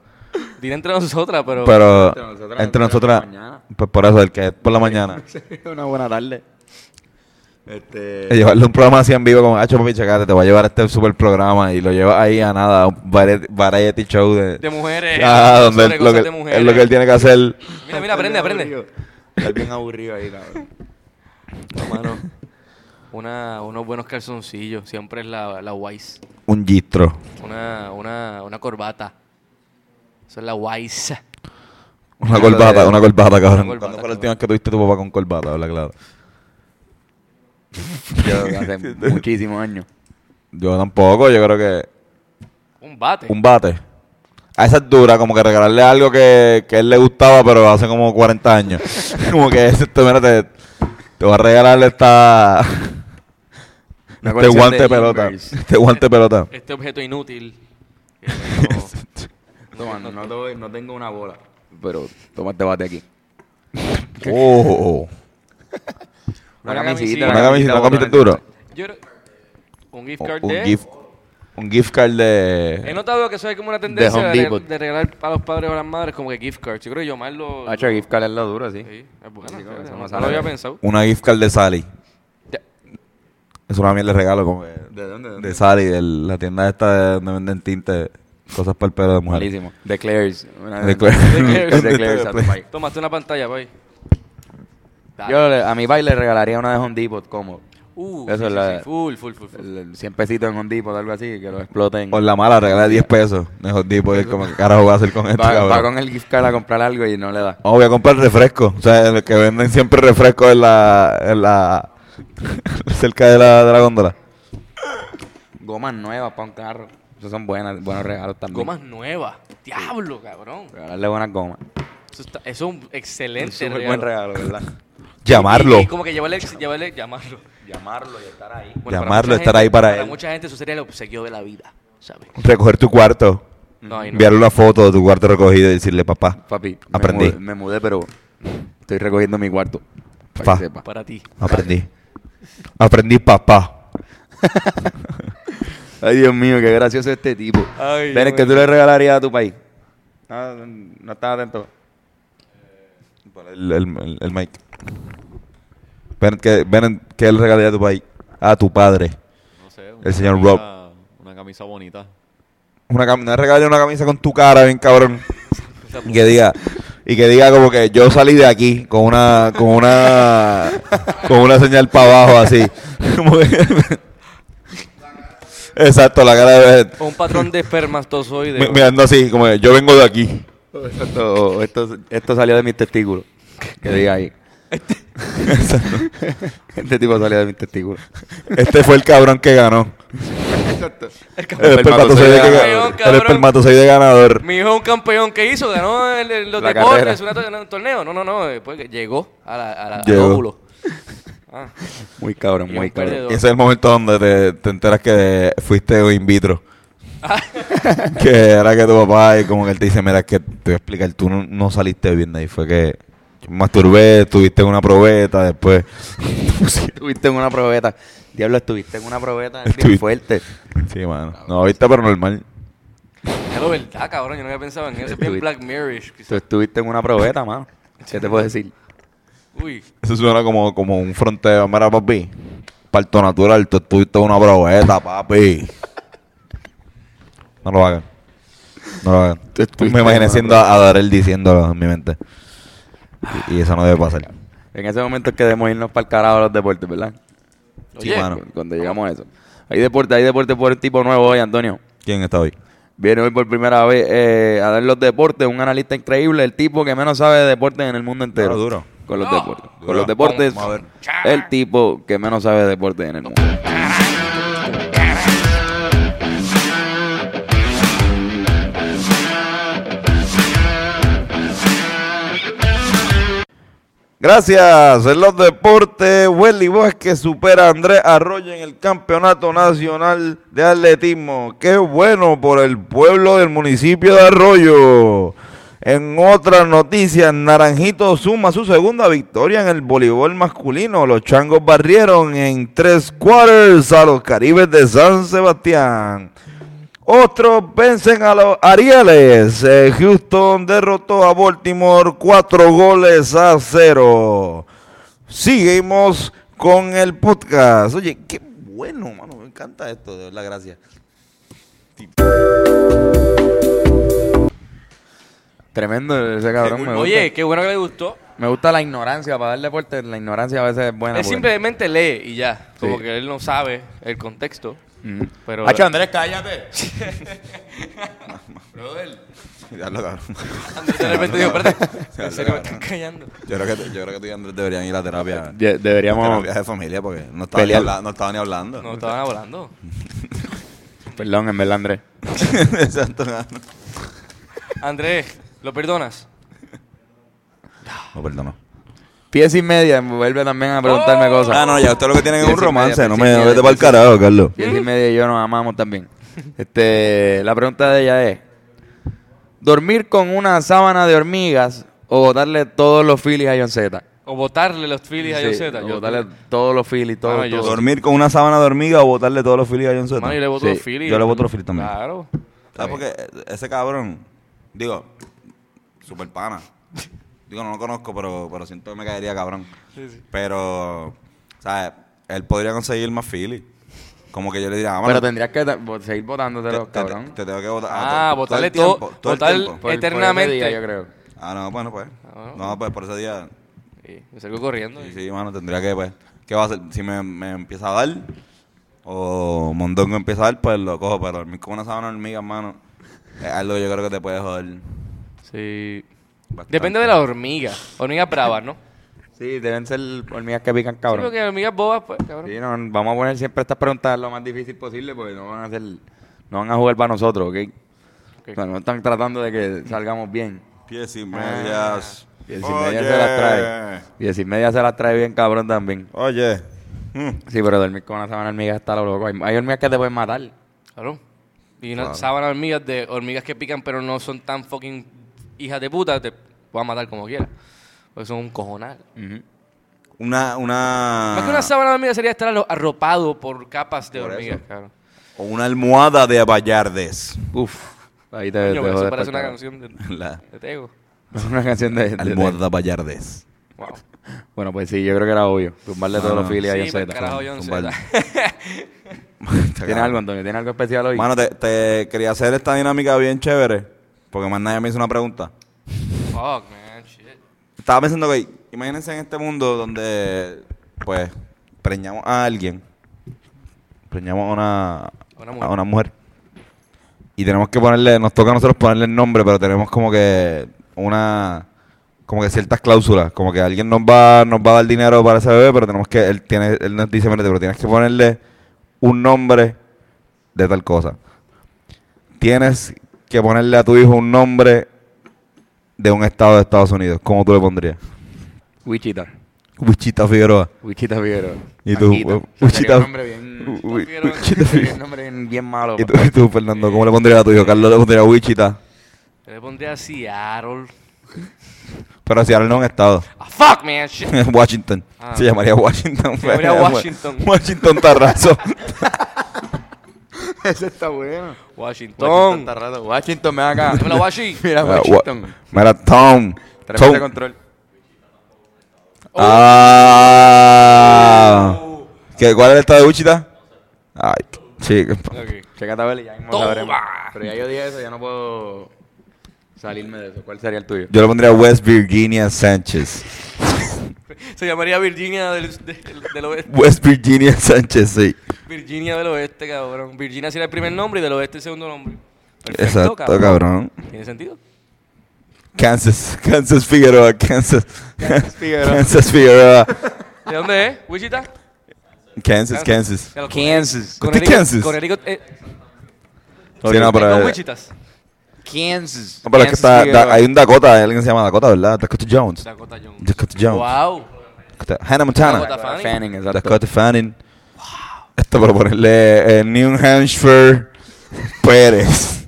S3: Dile entre nosotras, pero.
S1: Pero
S2: entre nosotras,
S1: entre
S2: entre
S1: nosotras,
S2: la mañana.
S1: pues por eso, el que es por la mañana.
S2: Una buena tarde. Este,
S1: Y llevarle un programa así en vivo como, "Ah, hacho papi, checate, te voy a llevar a este super programa y lo lleva ahí a nada, un variety, variety show de...
S3: De mujeres.
S1: Ah, donde
S3: sobre
S1: él- lo
S3: cosas
S1: que,
S3: de mujeres.
S1: es lo que él tiene que hacer.
S3: Mira, mira, aprende, aprende.
S2: Está bien aburrido ahí, cabrón.
S3: No, mano. Una, unos buenos calzoncillos. Siempre es la, la wise.
S1: Un gistro.
S3: Una, una, una corbata. Eso es la wise.
S1: Una
S2: Eso
S1: corbata,
S2: de-
S1: una corbata, cabrón. ¿Cuándo
S3: corbata,
S1: fue la
S3: cabrón.
S1: última vez que tuviste tu papá con corbata? Habla claro.
S2: Yo <laughs> hace muchísimos años.
S1: Yo tampoco, yo creo que...
S3: Un bate.
S1: Un bate. a esa altura, como que regalarle algo que, que él le gustaba, pero hace como 40 años. <laughs> como que, este, mira, te, te voy a regalar esta...
S2: <laughs> Una
S1: Este
S2: colección
S1: guante
S2: de
S1: de pelota.
S2: Inverse.
S1: Este guante de
S2: <laughs>
S1: pelota.
S3: Este objeto inútil.
S2: <laughs> No, mano, no, te voy- no tengo una bola. Pero toma este bate aquí.
S1: Oh,
S2: Una camisita.
S3: Una camisita.
S1: una camiseta, una camisita
S2: botones.
S1: dura.
S3: Yo creo- un gift
S1: O-
S3: card
S1: Un
S3: de...
S1: gift, un gift card
S3: He
S1: de...
S3: notado que eso es como una
S2: De
S3: tendencia
S2: Home
S3: de,
S2: Depot.
S3: de regalar a los padres o a las madres como que gift cards. Yo creo que yo más lo...
S2: Hacho, gift card es la dura, sí.
S3: Sí, es buena,
S2: Digo, eso no
S3: no, no
S2: sale.
S3: lo había pensado.
S1: Una gift card de Sally.
S3: Ya.
S1: Es una mierda de regalo como que-
S2: ¿De dónde?
S1: de Sally, de la tienda esta de donde venden tinte, cosas para el pelo de mujer.
S2: Malísimo. The Claire's. Una-
S1: De Claire's.
S2: De Claire's.
S3: De
S2: De
S1: Claire's.
S2: Claire's at the bike.
S3: Tomaste una pantalla, pay.
S2: Yo le- a mi país le regalaría una de Home Depot, como
S3: Uh,
S2: Eso
S3: sí,
S2: es
S3: sí,
S2: la-
S3: sí, full, full, full, full.
S2: el- el 100 pesitos en Home Depot, algo así, que lo exploten.
S1: Por la mala, regala 10 pesos. Mejor tipo, es como que carajo voy a hacer con esto,
S2: Va,
S1: cabrón?
S2: va con el gift card a comprar algo y no le da.
S1: Oh, voy a comprar refresco. O sea, el que venden siempre refresco en la. En la <laughs> cerca de la, de la góndola.
S2: Gomas nuevas para un carro. Esos son buenas, buenos regalos también.
S3: Gomas nuevas. Diablo, cabrón.
S2: Regalarle buenas gomas.
S3: Eso, está- eso es un excelente
S2: Es un
S3: regalo.
S2: buen regalo, ¿verdad?
S1: Llamarlo.
S3: Y, y como que llevarle, llevarle llamarlo.
S2: Llamarlo y estar ahí.
S3: Bueno, para
S1: Llamarlo,
S3: mucha
S1: estar
S3: gente-
S1: ahí para
S3: Para
S1: él.
S3: mucha gente eso sería el obsequio de la vida, ¿sabes?
S1: Recoger tu cuarto.
S3: No, ahí no.
S1: Enviarle una foto de tu cuarto recogido y decirle, papá,
S2: Papi,
S1: Aprendí.
S2: Me mudé, me mudé, pero estoy recogiendo mi cuarto. Para
S1: Pa.
S2: que sepa.
S3: Para ti.
S1: aprendí. Aprendí, papá.
S2: Ay, Dios mío, qué gracioso este tipo.
S3: Ay,
S2: Ven,
S3: Dios
S2: que
S3: mío.
S2: tú le regalarías a tu país. No, no estaba atento.
S1: El, el, el, el mic. Ven, que, ven, que él regalaría a tu, país, a tu padre.
S5: No sé.
S1: El señor
S5: camisa- Una camisa bonita.
S1: Una cam- no regalarle una camisa con tu cara, bien cabrón. Y que diga, y que diga como que yo salí de aquí con una, con una, con una señal para abajo así. <laughs> Como que- Exacto, la cara de
S3: O un
S2: <laughs>
S3: patrón de espermatozoide.
S1: mi- mirando así, como que yo vengo de aquí. <laughs>
S2: Esto, esto, esto salió de mis testículos. Que diga ahí.
S1: Exacto.
S2: Este tipo salió de mis testículos.
S1: Este fue el cabrón que ganó. El espermatozoide, que
S2: espermatozoide ganador.
S1: ganó. El
S3: Cabrón.
S1: espermatozoide ganador.
S3: Mi hijo es un campeón que hizo, ganó el- el- los
S2: La
S3: deportes,
S2: carrera.
S3: una to- un torneo. No, no, no, después que llegó a la, a la, al
S1: Llegó.
S2: <laughs>
S3: óvulo. Ah,
S2: Muy cabrón,
S3: Y
S2: muy
S3: un
S2: cabrón.
S3: perdedor.
S1: Y ese es el momento donde te, te enteras que fuiste in vitro. que era que tu papá y como que él te dice, mira, es que te voy a explicar, tú no, no saliste bien de ahí. Fue que yo me masturbé, tuviste una probeta, después... <laughs>
S2: Estuviste en una probeta. Diablo, estuviste en una probeta bien
S1: Estuviste-
S2: fuerte.
S1: sí, mano. No, ahorita pero normal.
S3: es lo verdad, cabrón, yo no había pensado en eso. Es bien
S2: Estuviste-
S3: Black Mirror-ish. quizás.
S2: Tú estuviste en una probeta, mano. ¿Qué te puedo decir?
S3: Uy,
S1: Eso suena como, como un fronteo. Mira, papi, parto natural, tú tuviste una probeta, papi. No lo hagan. No lo hagan.
S2: Tú estuviste
S1: Me imaginé
S2: una
S1: siendo a Darel diciéndolo en mi mente. Y, y eso no debe pasar.
S2: En ese momento es que debemos irnos para el carajo a los deportes, ¿verdad?
S1: Sí,
S3: Oye,
S1: mano.
S2: Cuando llegamos a eso. Hay deporte, hay deporte por un tipo nuevo hoy, Antonio.
S1: ¿Quién está hoy?
S2: Viene hoy por primera vez eh, a dar los deportes, un analista increíble, el tipo que menos sabe de deportes en el mundo entero.
S1: Duro, duro.
S2: Con los
S3: No.
S2: deportes.
S1: Duro.
S2: Con los deportes,
S1: Vamos a ver.
S2: el tipo que menos sabe de deportes en el mundo.
S1: Gracias. En los deportes, Welly Vázquez supera a Andrés Arroyo en el Campeonato Nacional de Atletismo. Qué bueno por el pueblo del municipio de Arroyo. En otras noticias, Naranjito suma su segunda victoria en el voleibol masculino. Los changos barrieron en tres quarters a los caribes de San Sebastián. Otros vencen a los Arieles. Eh, Houston derrotó a Baltimore cuatro goles a cero. Seguimos con el podcast. Oye, qué bueno, mano. Me encanta esto, de verdad, <laughs> gracias.
S2: Tremendo ese cabrón. Me gusta.
S3: oye, qué bueno que le gustó.
S2: me gusta la ignorancia. Para dar deportes, la ignorancia a veces es buena.
S3: Él
S2: porque-
S3: simplemente lee y ya. Como
S2: Sí.
S3: que él no sabe el contexto.
S2: Ujú.
S3: Pero
S2: Mm. Hacho, Andrés, <laughs> cállate.
S3: Andrés de repente dijo, espérate, en serio me están callando.
S1: Yo creo que, yo creo que tú y Andrés deberían ir a terapia. <laughs>
S2: De- deberíamos-
S1: terapia de familia porque no estaban, ni,
S2: Pelear.
S1: habla- no estaban ni hablando. <laughs>
S3: No, estaban hablando.
S2: Perdón, en verdad, Andrés.
S1: Exacto.
S3: Andrés, ¿lo perdonas?
S1: No, perdón.
S2: Pies y media, me vuelve también a
S3: Oh.
S2: preguntarme cosas.
S1: Ah, no, ya usted lo que tienen es un
S2: Pies y media,
S1: romance. No
S2: pies y
S1: me
S2: media,
S1: vete para el
S2: pies y
S1: carajo, Carlos.
S2: Pies y media y yo nos amamos también. Este, la pregunta de ella es: ¿dormir con una sábana de hormigas o botarle todos los filis a John Z?
S3: O votarle los Phillies a
S2: Sí,
S3: Joseta.
S2: o botarle todos los filis, todos.
S3: Ah, yo-
S2: todos.
S1: Dormir con una sábana de hormiga o botarle todos los filis a John Zeta.
S3: Mano, yo le voto
S2: Sí,
S3: los Phillies.
S1: yo le voto los Phillies también.
S3: Claro.
S1: ¿Sabes por qué? E-, Ese cabrón, digo, super pana. Digo, no lo conozco, pero, pero siento que me caería cabrón. Pero, ¿sabes? Él podría conseguir más Philly. Como que yo le diría, ah, mano,
S2: Pero tendrías que ta- bo- seguir
S1: te,
S2: botándotelo,
S1: te-
S2: cabrón.
S1: te- te tengo que votar.
S3: Ah,
S1: todo- todo
S3: botarle
S1: el tiempo,
S3: todo-
S1: todo el
S3: botar-
S1: tiempo.
S2: Por- por ese
S3: eternamente.
S2: día, yo creo.
S1: Ah, no, bueno, pues.
S3: Ah, bueno.
S1: No, pues por ese día.
S3: Sí, me salgo corriendo.
S1: Sí, sí, mano, tendría que, pues. ¿Qué va a hacer? Si me, me empieza a dar o Mondongo empieza a dar, pues lo cojo. Pero dormir con una sábana de hormiga, mano, es algo que yo creo que te puede joder.
S3: Sí.
S1: bastante.
S3: Depende de la hormiga. Hormigas bravas, ¿no?
S2: Sí, deben ser hormigas que pican,
S3: Sí,
S2: cabrón.
S3: porque hormigas bobas, pues, cabrón.
S2: Sí, no, vamos a poner siempre estas preguntas lo más difícil posible porque no van a hacer, no van a jugar para nosotros, ¿ok?
S3: Ok.
S2: O sea, no están tratando de que salgamos bien.
S1: Pies y medias.
S2: Diez Ah, y media se las trae. Diez y media se las trae bien cabrón también.
S1: Oye. Mm.
S2: Sí, pero dormir con una sábana hormiga está lo loco. Hay, hay hormigas que te pueden matar.
S3: Claro. Y una sábana de hormigas de hormigas que pican, pero no son tan fucking hijas de puta, te voy a matar como quieras. Porque son un cojonal.
S1: Una, una.
S3: Más que una sábana de hormigas sería estar arro- arropado por capas de
S1: Ah. Por
S3: hormigas,
S1: eso.
S3: claro.
S1: o una almohada de Vallardes.
S2: Uf. Ahí te,
S3: Coño,
S2: te
S3: pero
S2: jodes
S3: eso
S2: pa'l
S3: parece una
S2: carajo.
S3: canción de,
S1: <laughs>
S2: <laughs>
S1: La
S3: de Tego.
S2: Una canción de... de- de-
S1: almohada Vallardes.
S3: Wow.
S2: Bueno, pues sí, yo creo que era obvio. Tumbarle todos
S1: No,
S2: los
S1: no.
S2: files a
S3: Sí,
S2: John
S3: pero
S2: Zeta.
S3: carajo, John
S1: Zumbar.
S3: Zeta.
S2: <laughs> ¿Tienes algo, Antonio? ¿Tienes algo especial hoy?
S1: Mano, te, te quería hacer esta dinámica bien chévere. Porque más nadie me hizo una pregunta.
S3: Fuck, man, shit.
S1: Estaba pensando que, imagínense en este mundo donde, pues, preñamos a alguien. Preñamos a una,
S3: A una
S1: a
S3: mujer.
S1: una mujer. Y tenemos que ponerle, nos toca a nosotros ponerle el nombre, pero tenemos como que una, como que ciertas cláusulas. Como que alguien nos va, nos va a dar dinero para ese bebé, pero tenemos que, él tiene, él nos dice, "Mira, pero tienes que ponerle un nombre de tal cosa. Tienes que ponerle a tu hijo un nombre de un estado de Estados Unidos. ¿Cómo tú le pondrías?
S2: Wichita.
S1: Wichita Figueroa.
S2: Wichita Figueroa.
S1: Y tú,
S2: Paquito.
S1: eh,
S2: O sea, sería
S1: Wichita-
S2: un nombre bien...
S1: Wi-
S3: Figueroa.
S1: <laughs> Wichita
S2: sería un
S1: Figueroa.
S2: nombre bien, bien malo.
S1: ¿Y tú, y tú, Fernando, cómo le pondrías a tu hijo? Carlos le pondría Wichita.
S3: Yo le pondría Seattle.
S1: Pero si ahora no es un estado. <laughs>
S3: Ah, fuck, man, shit.
S1: Washington.
S3: Ah.
S1: Se llamaría Washington. <laughs>
S3: Se llamaría Washington.
S1: Washington Tarrazo. <laughs>
S2: Ese está bueno. Washington
S3: Washington.
S2: está raro. Washington,
S1: <laughs>
S2: me acá.
S3: Dímelo, Washi.
S2: Mira,
S1: Mira,
S2: Washington.
S1: Tom.
S2: Tremendo
S1: Tom.
S2: control.
S1: Ah. ¿Qué, ¿Cuál es el estado de Wichita? Ay, sí.
S3: Ok.
S2: Checa tabela y ya mismo
S3: Toma.
S2: sabremos. Pero ya yo dije eso, ya no puedo salirme de eso. ¿Cuál sería el tuyo?
S1: Yo le pondría West Virginia Sánchez.
S3: Se llamaría Virginia del, del- del oeste.
S1: West Virginia Sánchez, sí.
S3: Virginia del oeste, cabrón. Virginia sería el primer nombre y del oeste el segundo nombre. Perfecto,
S1: Exacto, cabrón.
S3: ¿Tiene sentido?
S1: Kansas, Kansas Figueroa, Kansas.
S2: Kansas Figueroa.
S1: Kansas Figueroa.
S3: ¿De dónde es? ¿Wichita?
S1: Kansas, Kansas.
S3: Ya lo-
S2: Kansas.
S1: ¿Usted es Kansas?
S3: Connecticut, eh,
S1: Sí, no, pero,
S3: tengo
S1: eh,
S3: Wichitas.
S2: Kansas.
S1: no, pero es que está, da- hay un Dakota, hay alguien que se llama Dakota, ¿verdad? Dakota Jones.
S3: Dakota Jones.
S1: Dakota Jones.
S3: Wow.
S1: Dakota- Hannah Montana.
S3: Dakota Fanning.
S2: Fanning, exacto.
S1: Dakota Fanning. Esto para ponerle eh, New Hampshire Pérez.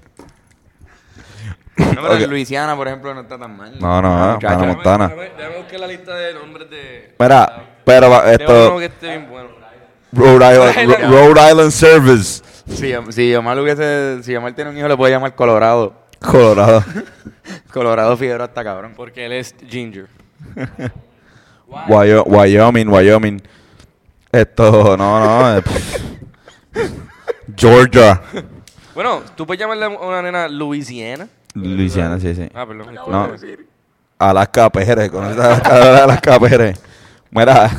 S2: No, pero
S1: Ok.
S2: en Luisiana, por ejemplo, no está tan mal.
S1: No, no,
S2: Ah,
S1: eh,
S2: muchacha.
S1: Hannah Montana.
S3: Déjame, déjame buscar la lista de nombres de.
S1: Mira, pero va-
S3: De uno
S1: esto.
S3: que esté bien bueno.
S1: Rhode Island,
S3: Island.
S1: Ro- Rhode Island Service,
S2: Si, si Yamal hubiese, si Yamal tiene un hijo, le puede llamar Colorado.
S1: Colorado.
S2: Colorado Figueroa está cabrón.
S3: Porque él es Ginger.
S1: Wyo- Wyoming, Wyoming. Esto, no, no. eh, Georgia.
S3: Bueno, tú puedes llamarle a una nena Louisiana.
S1: Luisiana, sí, sí.
S3: Ah, perdón.
S1: No. Alaska Pérez, conoces a Alaska- Alaska Pérez.
S2: <laughs>
S1: Mira,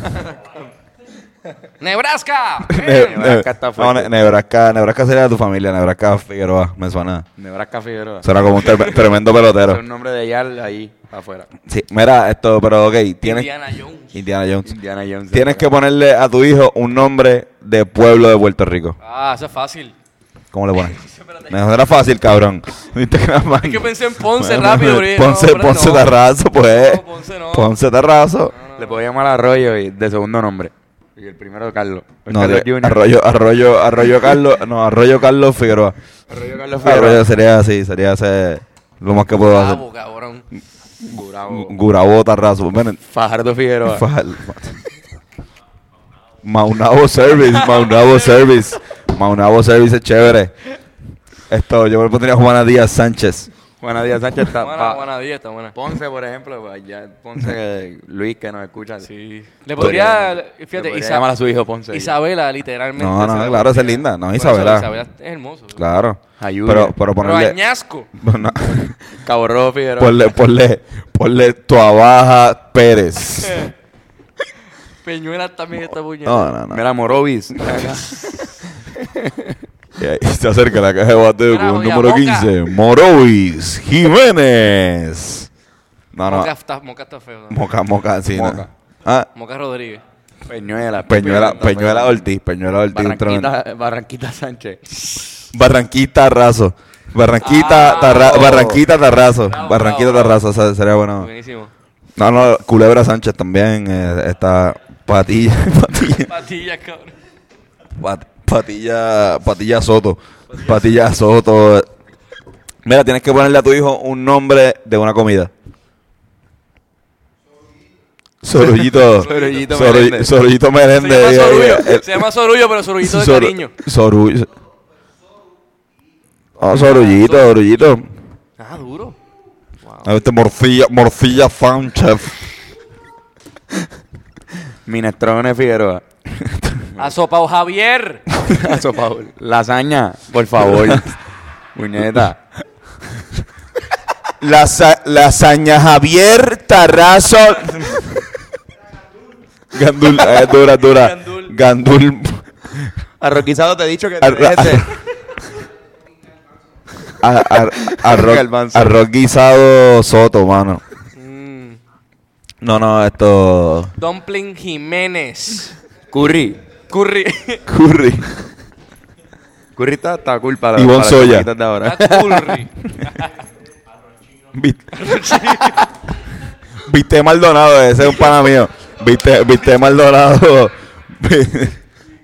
S3: ¡Nebraska!
S1: <laughs>
S3: Eh.
S1: Ne-
S3: Bien.
S2: Eh, Nebraska está
S1: no,
S2: fuerte.
S1: Ne- Nebraska, Nebraska sería de tu familia, Nebraska Figueroa, me suena.
S2: Nebraska Figueroa.
S1: Suena
S2: <laughs>
S1: como un tre- tremendo
S2: Es
S1: pelotero.
S2: un nombre de Yal ahí afuera.
S1: Sí, mira, esto, pero ok, tienes.
S3: Indiana Jones.
S1: Indiana Jones.
S2: Indiana Jones.
S1: Tienes que ponerle a tu hijo un nombre de pueblo de Puerto Rico.
S3: Ah, eso es fácil.
S1: ¿Cómo le
S2: <laughs>
S1: pones? Mejor era fácil, cabrón. ¿Viste que era
S3: Es
S1: fácil?
S3: que pensé en Ponce
S1: Bueno,
S3: rápido.
S1: mejor-
S3: pero dije,
S1: Ponce,
S3: no, hombre,
S1: Ponce
S3: no.
S1: Tarrazo, pues.
S3: No, Ponce no.
S1: Ponce Tarrazo.
S2: Le puedo llamar Arroyo y de segundo nombre. Y el primero Carlos. El
S1: No,
S2: Carlos
S1: de-
S2: Junior.
S1: arroyo, arroyo, arroyo Carlos, no, arroyo Carlos Figueroa.
S2: Arroyo Carlos Figueroa.
S1: Arroyo sería así, sería ese, lo más que puedo hacer.
S3: Bravo, cabrón.
S2: Gurabo.
S1: Gurabo Tarrazo. Bueno,
S2: Fajardo Figueroa.
S1: Fal- Maunabo Service,
S3: <laughs>
S1: Maunabo Service. Maunabo Service es chévere. Esto, yo me pondría Juana Díaz Sánchez.
S2: Buenos días, Sánchez. <laughs> Está,
S3: Buena,
S2: pa-
S3: buena dieta, buena.
S2: Ponce, por ejemplo. pues, allá, Ponce,
S1: <laughs>
S2: eh, Luis, que nos escucha. Ah,
S3: Sí. Le podría, fíjate,
S2: Le podría
S3: Isa-
S2: llamar a su hijo Ponce.
S3: Isabela, literalmente.
S1: No, no,
S3: se la
S1: claro, esa es
S3: pondría.
S1: linda. No,
S3: Por
S1: Isabela.
S3: eso Isabela es hermoso.
S1: Claro.
S2: Ayuda.
S1: Pero, pero <laughs>
S3: Pero
S1: ponerle.
S3: añasco.
S1: Bueno,
S2: Cabo Rojo Figueroa.
S1: ponle, ponle, ponle Tuabaja Pérez.
S3: <laughs> Peñuelas también está puñeta.
S1: No, no, no.
S2: Mira, Morovis.
S1: Y ahí se acerca la caja de bateo
S3: Mira,
S1: con el
S3: Joya
S1: número
S3: Boca.
S1: 15. Morovis Jiménez. No, no.
S3: Moca, está, Moca está feo. ¿no?
S1: Moca, moca, sí. no.
S2: Moca.
S1: Ah,
S3: Moca Rodríguez.
S2: Peñuela.
S1: Peñuela, Peñuela Ortiz, Peñuela Ortiz. un tremendo-
S2: Barranquita, Barranquita Sánchez.
S1: Barranquita Tarrazo. Barranquita,
S3: Ah.
S1: Tarra- Barranquita Tarrazo.
S3: Bravo,
S1: Barranquita
S3: bravo,
S1: Tarrazo, o sea, sería bueno.
S3: Buenísimo.
S1: No, no, Culebra Sánchez también. eh, está Patilla, <laughs> Patilla,
S3: Patillas, cabrón.
S1: Pat- Patilla, Patilla Soto. Patilla Soto. Mira, tienes que ponerle a tu hijo un nombre de una comida. Sorullito.
S2: Sorullito
S1: Soru-
S2: Meléndez.
S1: Sorullito
S3: Se
S1: Meléndez.
S3: llama
S1: eh,
S3: Sorullo.
S1: eh,
S3: Se llama Sorullo, pero Sorullito de
S1: Soru-
S3: cariño.
S1: Soru- Ah, Sorullito, Sorullito.
S3: Ah, duro.
S1: A este morcilla, morcilla fan chef. <laughs>
S2: Minestrone Figueroa.
S3: Azopao Javier.
S2: Eso, Paul. Lasaña,
S1: <laughs>
S2: por favor. Puñeta.
S1: Lasa- lasaña Javier Tarrazo. Gandul, eh, dura, dura.
S3: Gandul.
S1: Gandul.
S2: Arroquizado te he dicho que te
S1: Arro- <laughs>
S2: dejes.
S1: Ar- ar- arroz,
S2: Garbanzo.
S1: arroz guisado soto, mano.
S3: Mm.
S1: No, no, esto.
S3: Dumpling Jiménez.
S2: Curry.
S3: Curry.
S1: Curry.
S2: Curry está, está cool para,
S1: Ivonne
S2: para las
S1: Soya.
S2: chamaquitas de
S3: Ah,
S2: ahora.
S3: Curry.
S1: Viste- Viste Maldonado, ese es un pana mío. Viste, viste Maldonado.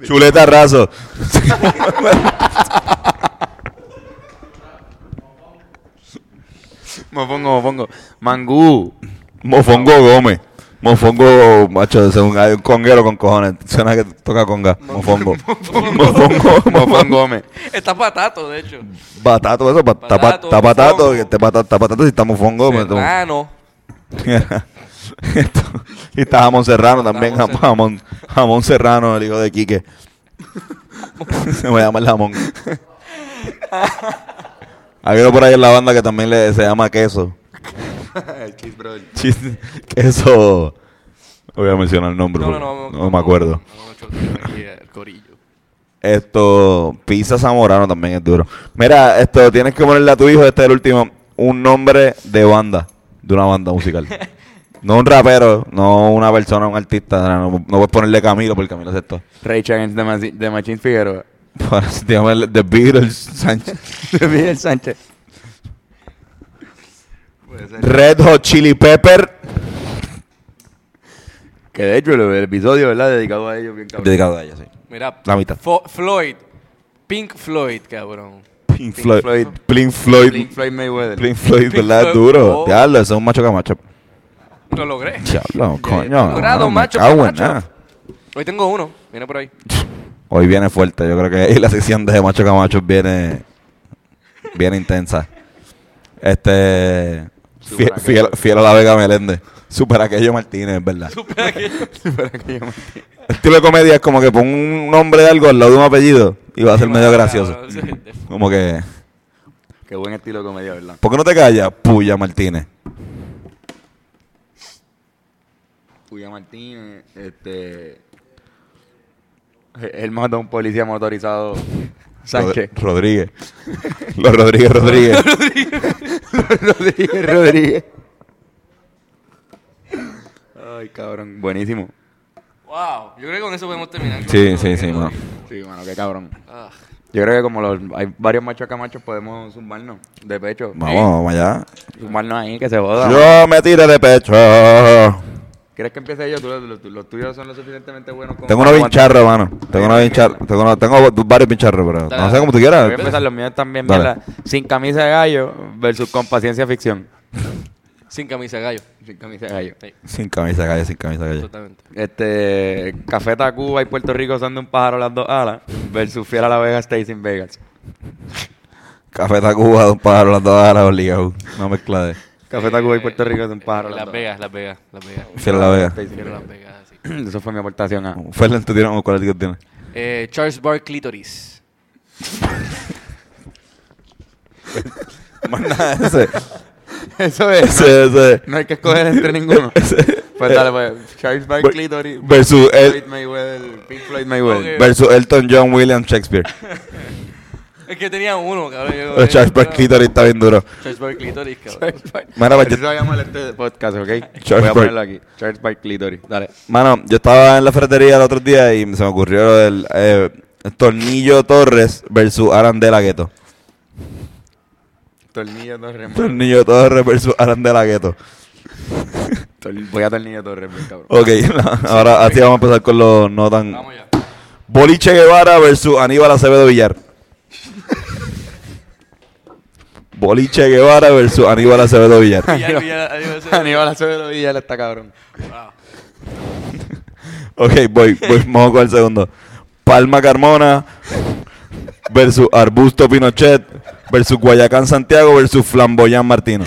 S1: Chuleta raso.
S2: me pongo, me pongo. Mangú.
S1: Mofongo Gómez. Mofongo, macho, ese es un, hay un conguero con cojones. Suena que toca conga. <laughs> Mofongo. <laughs> Mofongo.
S2: Mofón
S1: Mofongo. <laughs>
S2: Gómez.
S3: Está patato, de hecho.
S1: Batato, eso. bat- tapa-
S3: Batato,
S1: Tapatato.
S3: mofongo.
S1: que te pata- Tapatato si está mofongo. me-
S3: Serrano.
S1: <laughs> Esto- y está Jamón Serrano también.
S3: Jamón
S1: jam- Jamón, jamón Serrano, el hijo de Quique. <laughs> se me llama el <laughs> jamón. Hay uno por ahí en la banda que también le, se llama queso. Chis- queso. Voy a mencionar el nombre.
S3: No, no,
S1: porque
S3: no.
S1: me acuerdo.
S3: No, no, choque, aquí, el corillo.
S1: Esto, pizza zamorano también es duro. Mira, esto, tienes que ponerle a tu hijo, este es el último, un nombre de banda, de una banda
S3: <laughs>
S1: musical. no un rapero, no una persona, un artista. No, no puedes ponerle Camilo, porque Camilo es esto.
S2: Rage Against the, Machi- the Machine Figueroa. <laughs>
S1: <laughs> Para si te llamas The Beatles, Sánchez.
S2: Miguel Sánchez.
S1: Red Hot Chili Pepper.
S2: Que de hecho el, el episodio, ¿verdad? Dedicado a ellos, bien cabrón.
S1: Dedicado a ella, sí.
S3: Mira.
S1: La mitad.
S3: Fo- Floyd. Pink Floyd, cabrón.
S1: Pink Floyd.
S2: Floyd.
S1: Pink Floyd.
S2: Pink Floyd Mayweather.
S1: Pink Floyd,
S3: Pink
S1: ¿verdad?
S3: Floyd.
S1: Duro.
S3: Oh.
S1: Diablo, eso es un macho camacho.
S3: Lo logré.
S1: Diablo, coño.
S3: Logrado,
S1: no, me
S3: macho
S1: cago en
S3: camacho.
S1: nada.
S3: Hoy tengo uno. Viene por ahí.
S1: Hoy viene fuerte, yo creo que la sección de Macho Camacho viene, viene intensa. Este fie-
S2: Super
S1: fiel, fiel a la Vega Meléndez. Super aquello Martínez, es verdad.
S2: <laughs> Para que yo me-
S1: El estilo de comedia es como que pon un nombre de algo al lado de un apellido y va a ser
S3: Ah,
S1: medio gracioso.
S3: <laughs>
S1: Como que,
S2: Qué buen estilo de comedia, ¿verdad?
S1: ¿por qué no te callas? Puya Martínez.
S2: Julián Martínez, este. Él mató a un
S1: <laughs>
S2: policía motorizado. Sánchez.
S1: Rod- Rodríguez. Los Rodríguez
S3: <laughs>
S1: Rodríguez. <laughs>
S2: Rodríguez <laughs> Rodríguez. Ay, cabrón. Buenísimo.
S3: Wow. Yo creo que con eso podemos terminar.
S1: Sí, sí, sí, mano.
S2: Sí, mano, qué cabrón.
S3: Ah.
S2: Yo creo que como los, hay varios machos camachos podemos zumbarnos de pecho.
S1: Vamos, vamos allá.
S2: Eh, Zumbarnos ahí, que se joda.
S1: Yo me tiré de pecho.
S2: ¿Quieres que empiece yo? Tú- los, los tuyos son lo suficientemente buenos. como
S1: Tengo
S2: para
S1: unos
S2: aguantar.
S1: pincharros, hermano. Tengo unos pincharros. Tengo, una- tengo varios pincharros, pero
S3: Dale,
S1: no sé
S3: dale.
S1: cómo tú
S2: Voy
S1: quieras.
S2: a empezar los míos también,
S1: Dale.
S2: mierda. Sin camisa de gallo versus con paciencia ficción.
S3: Sin camisa, gallo.
S2: Sin camisa de gallo.
S3: Sí,
S1: Sin camisa calle, sin camisa calle.
S3: totalmente.
S2: Este, Café Tacuba y Puerto Rico son de un pájaro las dos alas versus Fiel a la Vega, Stay sin Vegas.
S1: Café Tacuba, dos pájaros, las dos alas, obligado. Una mezcla de...
S2: Café Tacuba y Puerto Rico son de un pájaro eh, las
S3: Eh, Las
S2: dos
S3: Vegas, Las Vegas, Las Vegas.
S1: Fiel a la vega.
S2: Stay sin
S3: Quiero
S2: Vegas. <clears throat>
S3: Las Vegas, así.
S2: Eso fue mi
S1: <laughs>
S2: aportación a...
S1: Ferland, tú tienes un cuál es el que
S2: <laughs>
S1: tienes.
S3: Eh, Charles Bar Clitoris.
S1: Más nada, ese.
S2: <laughs> Eso es. no-
S1: Ese, ese.
S2: No hay que
S1: <laughs>
S2: escoger entre ninguno.
S1: Ese.
S2: Pues dale, pues. Charles Barkley, Clitoris.
S1: Versus
S2: Floyd
S1: el...
S2: Mayweather. Pink Floyd Mayweather.
S1: Versus Elton John William Shakespeare.
S3: Es que tenía uno, cabrón. yo-
S1: El Eh, Charles
S3: yo-
S1: Barkley ahorita está bien duro.
S3: Charles Bar Clitoris, cabrón.
S1: Mira, pues,
S2: Así
S1: yo-
S2: se va a llamar este podcast, ¿ok? Voy
S1: Barkley.
S2: a ponerlo aquí. Charles Barkley, Clitoris. Dale.
S1: Mano, yo estaba en la ferretería el otro día y se me ocurrió el eh, Tornillo Torres versus Arandela Gueto.
S2: Tornillo Torres.
S1: <laughs>
S2: man.
S1: Tornillo Torres versus Arandela Gueto.
S2: Tor- Voy a Tornillo Torres, mi cabrón.
S1: Ok, <laughs> ahora así vamos a empezar con los no tan.
S3: Vamos ya.
S1: Boliche Guevara versus Aníbal Acevedo Villar. Boliche Guevara versus Aníbal Acevedo Villar.
S2: <laughs>
S3: Ya, ya, ya, ya, ya.
S2: Aníbal Acevedo Villar está cabrón.
S1: Ok, voy, voy, vamos con el segundo. Palma Carmona versus Arbusto Pinochet versus Guayacán Santiago versus Flamboyán Martino.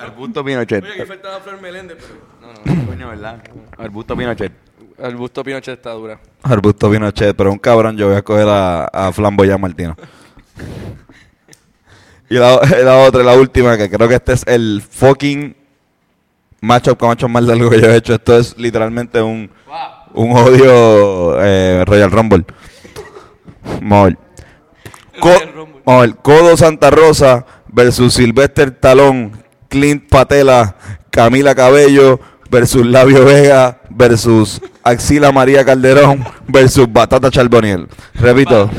S2: Arbusto Pinochet.
S3: Oye, aquí faltaba Flor Meléndez, pero... No, no.
S2: Coño, ¿verdad? Arbusto Pinochet.
S3: El busto Pinochet está dura.
S1: Arbusto Pinochet, pero un cabrón, yo voy a coger a, a Flamboyán Martino. Y la, la otra, la última, que creo que este es el fucking matchup con macho más largo que yo he hecho. Esto es literalmente un, un odio eh, Royal Rumble. Mol.
S3: Royal Rumble.
S1: Codo Santa Rosa versus Sylvester Talón, Clint Patela, Camila Cabello versus Labio Vega versus Axila María Calderón versus Batata Charboniel. Repito.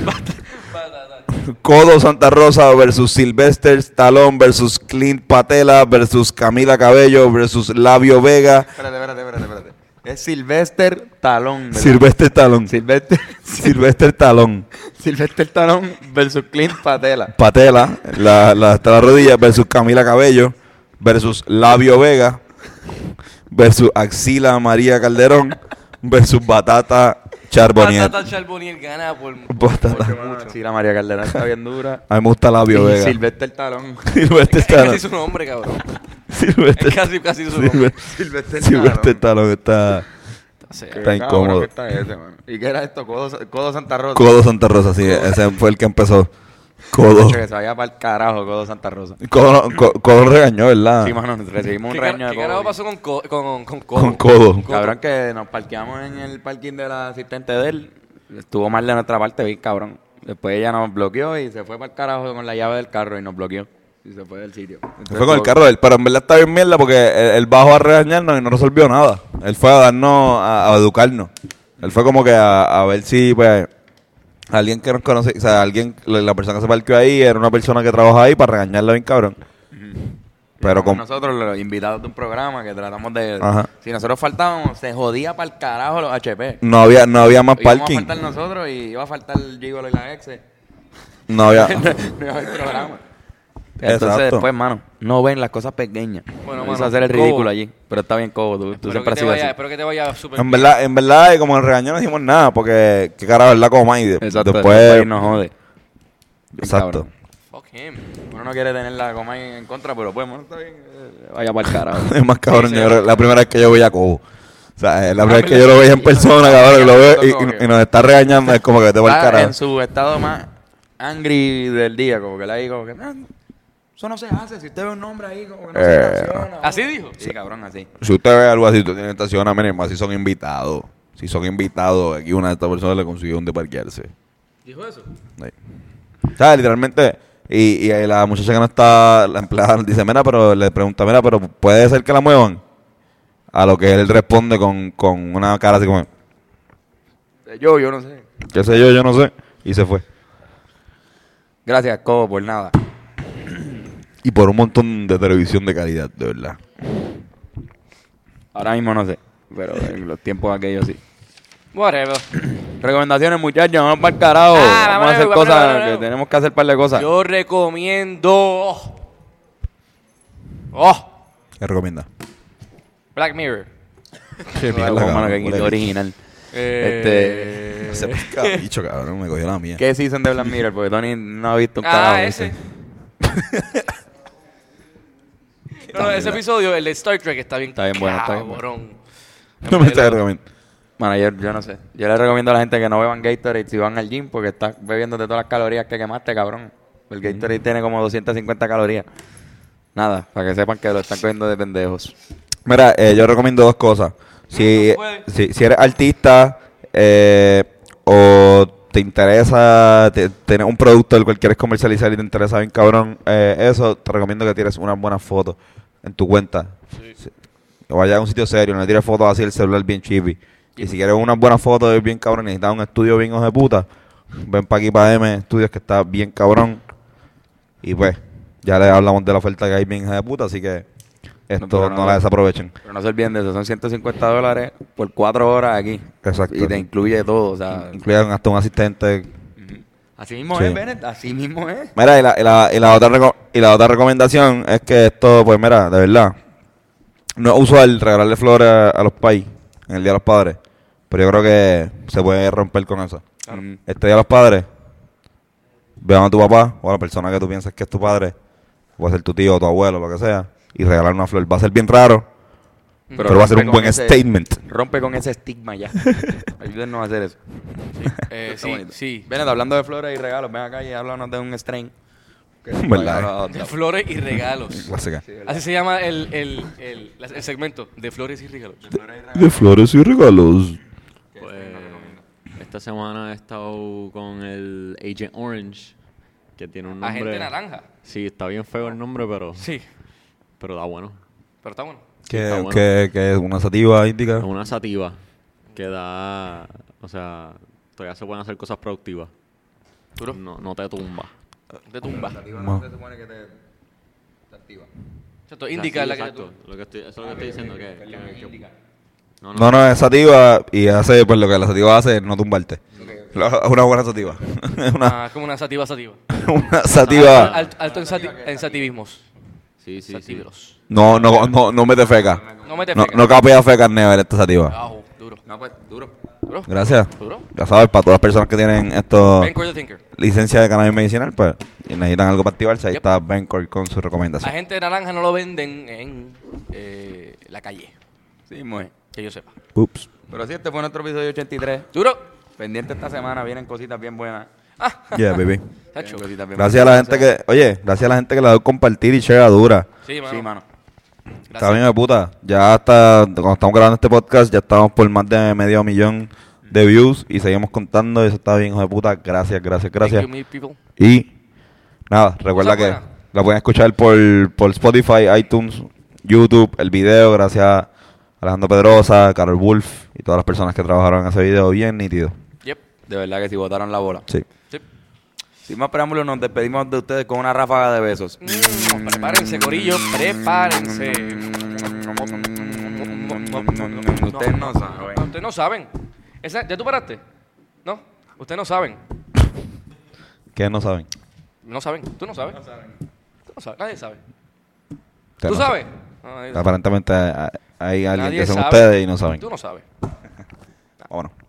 S1: Codo Santa Rosa versus Sylvester Stallone versus Clint Patela versus Camila Cabello versus Labio Vega.
S2: Espérate, espérate, espérate, espérate. Es Sylvester Talón. ¿verdad?
S1: Sylvester Stallone.
S2: Sylvester, <laughs>
S1: Sylvester Stallone.
S2: Sylvester Talón versus Clint Patela.
S1: Patela, la, la, hasta la rodilla, versus Camila Cabello, versus Labio Vega, versus Axila María Calderón, versus Batata Charbonier.
S3: Batata Charboniel gana por...
S1: Batata.
S3: por
S2: Mucho.
S3: mucho.
S2: Sí, la María Calderón está bien dura.
S1: A mí me gusta Labio
S2: Y
S1: Vega.
S2: Sylvester Talón.
S1: <laughs> Silvestre
S3: Es casi
S1: Stallone.
S3: su nombre, <laughs> cabrón.
S1: Silvestre
S3: Es casi, casi su nombre.
S1: Silvestre-
S2: Sylvester
S1: Silvestre Stallone está
S3: O sea,
S1: está
S2: Qué cabrón
S1: incómodo.
S2: que está ese, mano. ¿Y qué era esto? Codo, Codo Santa Rosa.
S1: Codo Santa Rosa, sí, ese fue el que empezó. Codo.
S2: Coche, Que se vaya para el carajo, Codo Santa Rosa.
S1: Codo, co- Codo regañó, ¿verdad?
S2: Sí, mano, recibimos
S3: ¿Qué,
S2: un
S3: car-
S2: reño de
S3: qué carajo
S2: Codo.
S3: pasó con, co con, con Codo?
S1: Con Codo.
S2: Cabrón, que nos parqueamos en el parking de la asistente de él. Estuvo mal de nuestra parte, bien cabrón. Después ella nos bloqueó y se fue para el carajo con la llave del carro y nos bloqueó. Y se fue del sitio.
S1: Se fue con el carro de él, pero en verdad está bien mierda porque él, él bajó a regañarnos y no resolvió nada. Él fue a darnos, a, a educarnos. Él fue como que a, a ver si, pues, alguien que nos conoce, o sea, alguien, la la persona que se parqueó ahí era una persona que trabaja ahí para regañarla bien cabrón. Pero
S2: Con
S1: con...
S2: nosotros, los invitados de un programa que tratamos de.
S1: Ajá.
S2: Si nosotros faltábamos, se jodía para el carajo los HP.
S1: No había, no había más
S2: Íbamos a
S1: parking.
S2: faltar nosotros y iba a faltar el Gigolo y la ex.
S1: No había...
S2: <laughs> No iba a haber programa.
S1: Exacto.
S2: Entonces, después, mano, no ven las cosas pequeñas.
S3: Bueno,
S2: Bueno,
S3: mano,
S2: hacer el
S3: codo.
S2: ridículo allí. Pero está bien, Cobo. Tú, tú
S3: Espero
S2: siempre
S3: que,
S2: has
S3: te
S2: sido así.
S3: vaya, espero que te vaya súper
S1: En
S3: bien.
S1: verdad, en verdad, eh, como el regañó no hicimos nada porque, qué carajo, ¿verdad? Como Mike.
S2: Exacto.
S1: Después...
S2: Después no jode.
S1: Exacto.
S2: Cabrón.
S3: Fuck him.
S2: Uno no quiere tener la coma en en contra, pero pues, mano, está bien. eh, Vaya para
S1: <laughs>
S2: el carajo.
S1: Es más cabrón,
S3: Sí,
S1: yo
S3: sí.
S1: creo que la primera vez que yo veía a Cobo. O sea, eh, la primera
S2: Ah,
S1: vez que yo lo veía en persona, cabrón, y lo veo y- y, y nos está regañando, es como que te
S2: <laughs>
S1: va el
S2: Está
S1: carajo.
S2: Ah, en su estado más angry del día, como que le digo que "Ah, eso no se hace, si usted ve un hombre ahí como que no
S1: Eh.
S2: se reacciona".
S3: ¿Así dijo?
S2: Sí, cabrón, así.
S1: Si usted ve algo así, tú tiene estación a menos, si son invitados. Si son invitados, aquí una de estas personas le consiguió donde parquearse.
S3: ¿Dijo eso?
S1: Ahí. O sea, literalmente, y, y la muchacha que no está, la empleada nos dice, mira, pero le pregunta, mira, pero puede ser que la muevan. A lo que él responde con, con una cara así como,
S2: Eh, Yo, yo no sé.
S1: qué sé yo, yo no sé. Y se fue.
S2: Gracias, Cobo, por nada.
S1: Y por un montón de televisión de calidad, de verdad.
S2: Ahora mismo no sé, pero en los tiempos aquellos sí.
S3: Whatever.
S2: Recomendaciones, muchachos, vamos para el carajo.
S3: Ah,
S2: vamos a hacer
S3: vámonos,
S2: cosas,
S3: vámonos, vámonos.
S2: que tenemos que hacer un par de cosas.
S3: Yo recomiendo. Oh,
S1: ¿Qué recomienda?
S3: Black Mirror.
S1: Qué
S2: Algo, mano, que quinto original. Este,
S3: Eh,
S1: Se
S2: pues,
S3: <laughs>
S1: pesca, bicho, cabrón. Me cogió la mía.
S2: ¿Qué season de Black Mirror? Porque Tony no ha visto un carajo.
S3: Ah,
S2: dice.
S3: ese. <laughs> No, no, ese episodio, el de Star Trek, está bien.
S2: Está bien bueno, está bien
S3: cabrón.
S1: No me está recomiendo.
S2: Bueno, yo, yo no sé. Yo le recomiendo a la gente que no beban Gatorade si van al gym porque estás bebiéndote todas las calorías que quemaste, cabrón. El Gatorade tiene como 250 calorías. Nada, para que sepan que lo están cogiendo de pendejos.
S1: Mira, eh, yo recomiendo dos cosas. Si, si, si eres artista eh, o te interesa te- tener un producto del cual quieres comercializar y te interesa bien cabrón, eh, eso, te recomiendo que tires unas buenas fotos en tu cuenta. Sí. O vaya a un sitio serio, no le tires fotos así el celular bien chibi. Y si quieres unas buenas fotos bien cabrón, necesitas un estudio bien hijo de puta, ven para aquí para M Estudios que está bien cabrón. Y pues, ya le hablamos de la oferta que hay bien hija de puta, así que esto
S2: pero
S1: no
S2: no-
S1: la desaprovechen.
S2: Pero no se olviden de eso, son 150 dólares por cuatro horas aquí.
S1: Exacto.
S2: Y te incluye todo, o sea.
S1: Incluyeron hasta un asistente.
S2: Así mismo
S1: Sí.
S2: es, Bennett, así mismo es.
S1: Mira, y la, y la- y la otra reco- y la otra recomendación es que esto, pues mira, de verdad, no es usual regalarle flores a, a los pais en el Día de los Padres, pero yo creo que se puede romper con eso.
S2: Mm.
S1: Este Día de los Padres, vean a tu papá o a la persona que tú piensas que es tu padre, puede ser tu tío o tu abuelo, lo que sea, y regalar una flor. Va a ser bien raro, pero, va a ser
S2: Mm. rompe
S1: un
S2: con
S1: buen
S2: ese-
S1: statement.
S2: Rompe con ese estigma <laughs> ya. Ayúdennos a hacer eso.
S3: Eh,
S2: Está
S3: sí,
S2: bonito.
S3: sí.
S2: Bennett, hablando de flores y regalos, ven acá y háblanos de un strain.
S1: <laughs>
S2: Que-
S1: ¿Verdad?
S3: De flores y regalos.
S1: <laughs> Clásica.
S3: Así se llama el, el, el, la- el segmento de flores y regalos.
S1: De flores y regalos.
S5: Esta semana he estado con el Agent Orange, que tiene un nombre...
S3: Agente naranja.
S5: Sí, está bien feo el nombre, pero,
S3: Sí,
S5: pero da bueno.
S3: pero está bueno.
S1: Que,
S5: Está bueno.
S1: que, que es una sativa
S5: Es
S1: indica.
S5: una sativa que da... O sea, todavía se pueden hacer cosas productivas.
S3: Duro.
S5: No, no te tumba.
S3: De tumba.
S1: no se
S2: supone que te, activa.
S3: Exacto, indica
S5: Sí,
S3: la que te
S5: exacto.
S3: tumba.
S5: Lo que estoy, eso es lo que estoy diciendo. Que, que- que- no,
S1: No, no, es sativa y hace, pues lo que la sativa hace es no tumbarte. Lo- Es una buena sativa. <laughs> una,
S3: Ah, es como una sativa sativa.
S1: una
S3: Alto,
S1: sativa.
S3: alto- alto en, sati- en sativismos.
S5: Sí, sí, sí.
S3: Satíveros.
S1: No, no, no, no mete feca.
S3: No mete
S1: No,
S3: feca.
S1: no capea feca en never esta sativa.
S3: Abajo, duro.
S2: No, pues, duro.
S3: Duro.
S1: Gracias.
S3: Duro.
S1: Ya sabes, para todas las personas que tienen esto,
S3: Ben Core the Thinker.
S1: licencia de cannabis medicinal, pues y necesitan algo para activarse, ahí
S3: Yep.
S1: está Bencor con su recomendación.
S3: Agente naranja no lo venden en eh, la calle.
S2: Sí, muy.
S3: Que yo sepa.
S1: Ups.
S2: Pero sí, este fue nuestro episodio 83.
S3: Duro.
S2: Pendiente esta semana, vienen cositas bien buenas.
S3: Ah,
S1: Yeah,
S3: <laughs>
S1: baby.
S3: Tacho.
S2: Vienen cositas bien
S1: Gracias a la
S2: buenas.
S1: gente que, oye, gracias a la gente que le da compartir y llega dura.
S3: Sí, mano.
S2: Sí, mano.
S1: Está bien de puta. Ya hasta cuando estamos grabando este podcast, ya estamos por más de medio millón de views y seguimos contando. Eso está bien, hijo de puta. Gracias, gracias, gracias.
S3: Thank you, me people.
S1: Y nada, recuerda
S3: Cosa
S1: que
S3: buena.
S1: la pueden escuchar por, por Spotify, iTunes, YouTube, el video. Gracias a Alejandro Pedrosa, Carol Wolf y todas las personas que trabajaron en ese video. Bien nítido.
S3: Yep.
S2: De verdad que si botaron la bola.
S1: Sí.
S3: Sí.
S2: Sin más preámbulos, nos despedimos de ustedes con una ráfaga de besos.
S3: Mm, prepárense, corillo. Prepárense.
S2: Ustedes no saben.
S3: Ustedes no saben. Esa- ¿Ya tú paraste? No. Ustedes no saben.
S1: ¿Qué no saben?
S3: No saben. Tú no sabes. Tú no sabes. Nadie sabe.
S1: Ustedes
S3: ¿Tú
S1: no
S3: sabes? No, nadie
S1: Aparentemente hay hay alguien
S3: Nadie
S1: que son
S3: sabe.
S1: ustedes y no saben.
S3: Tú no sabes.
S1: Vámonos.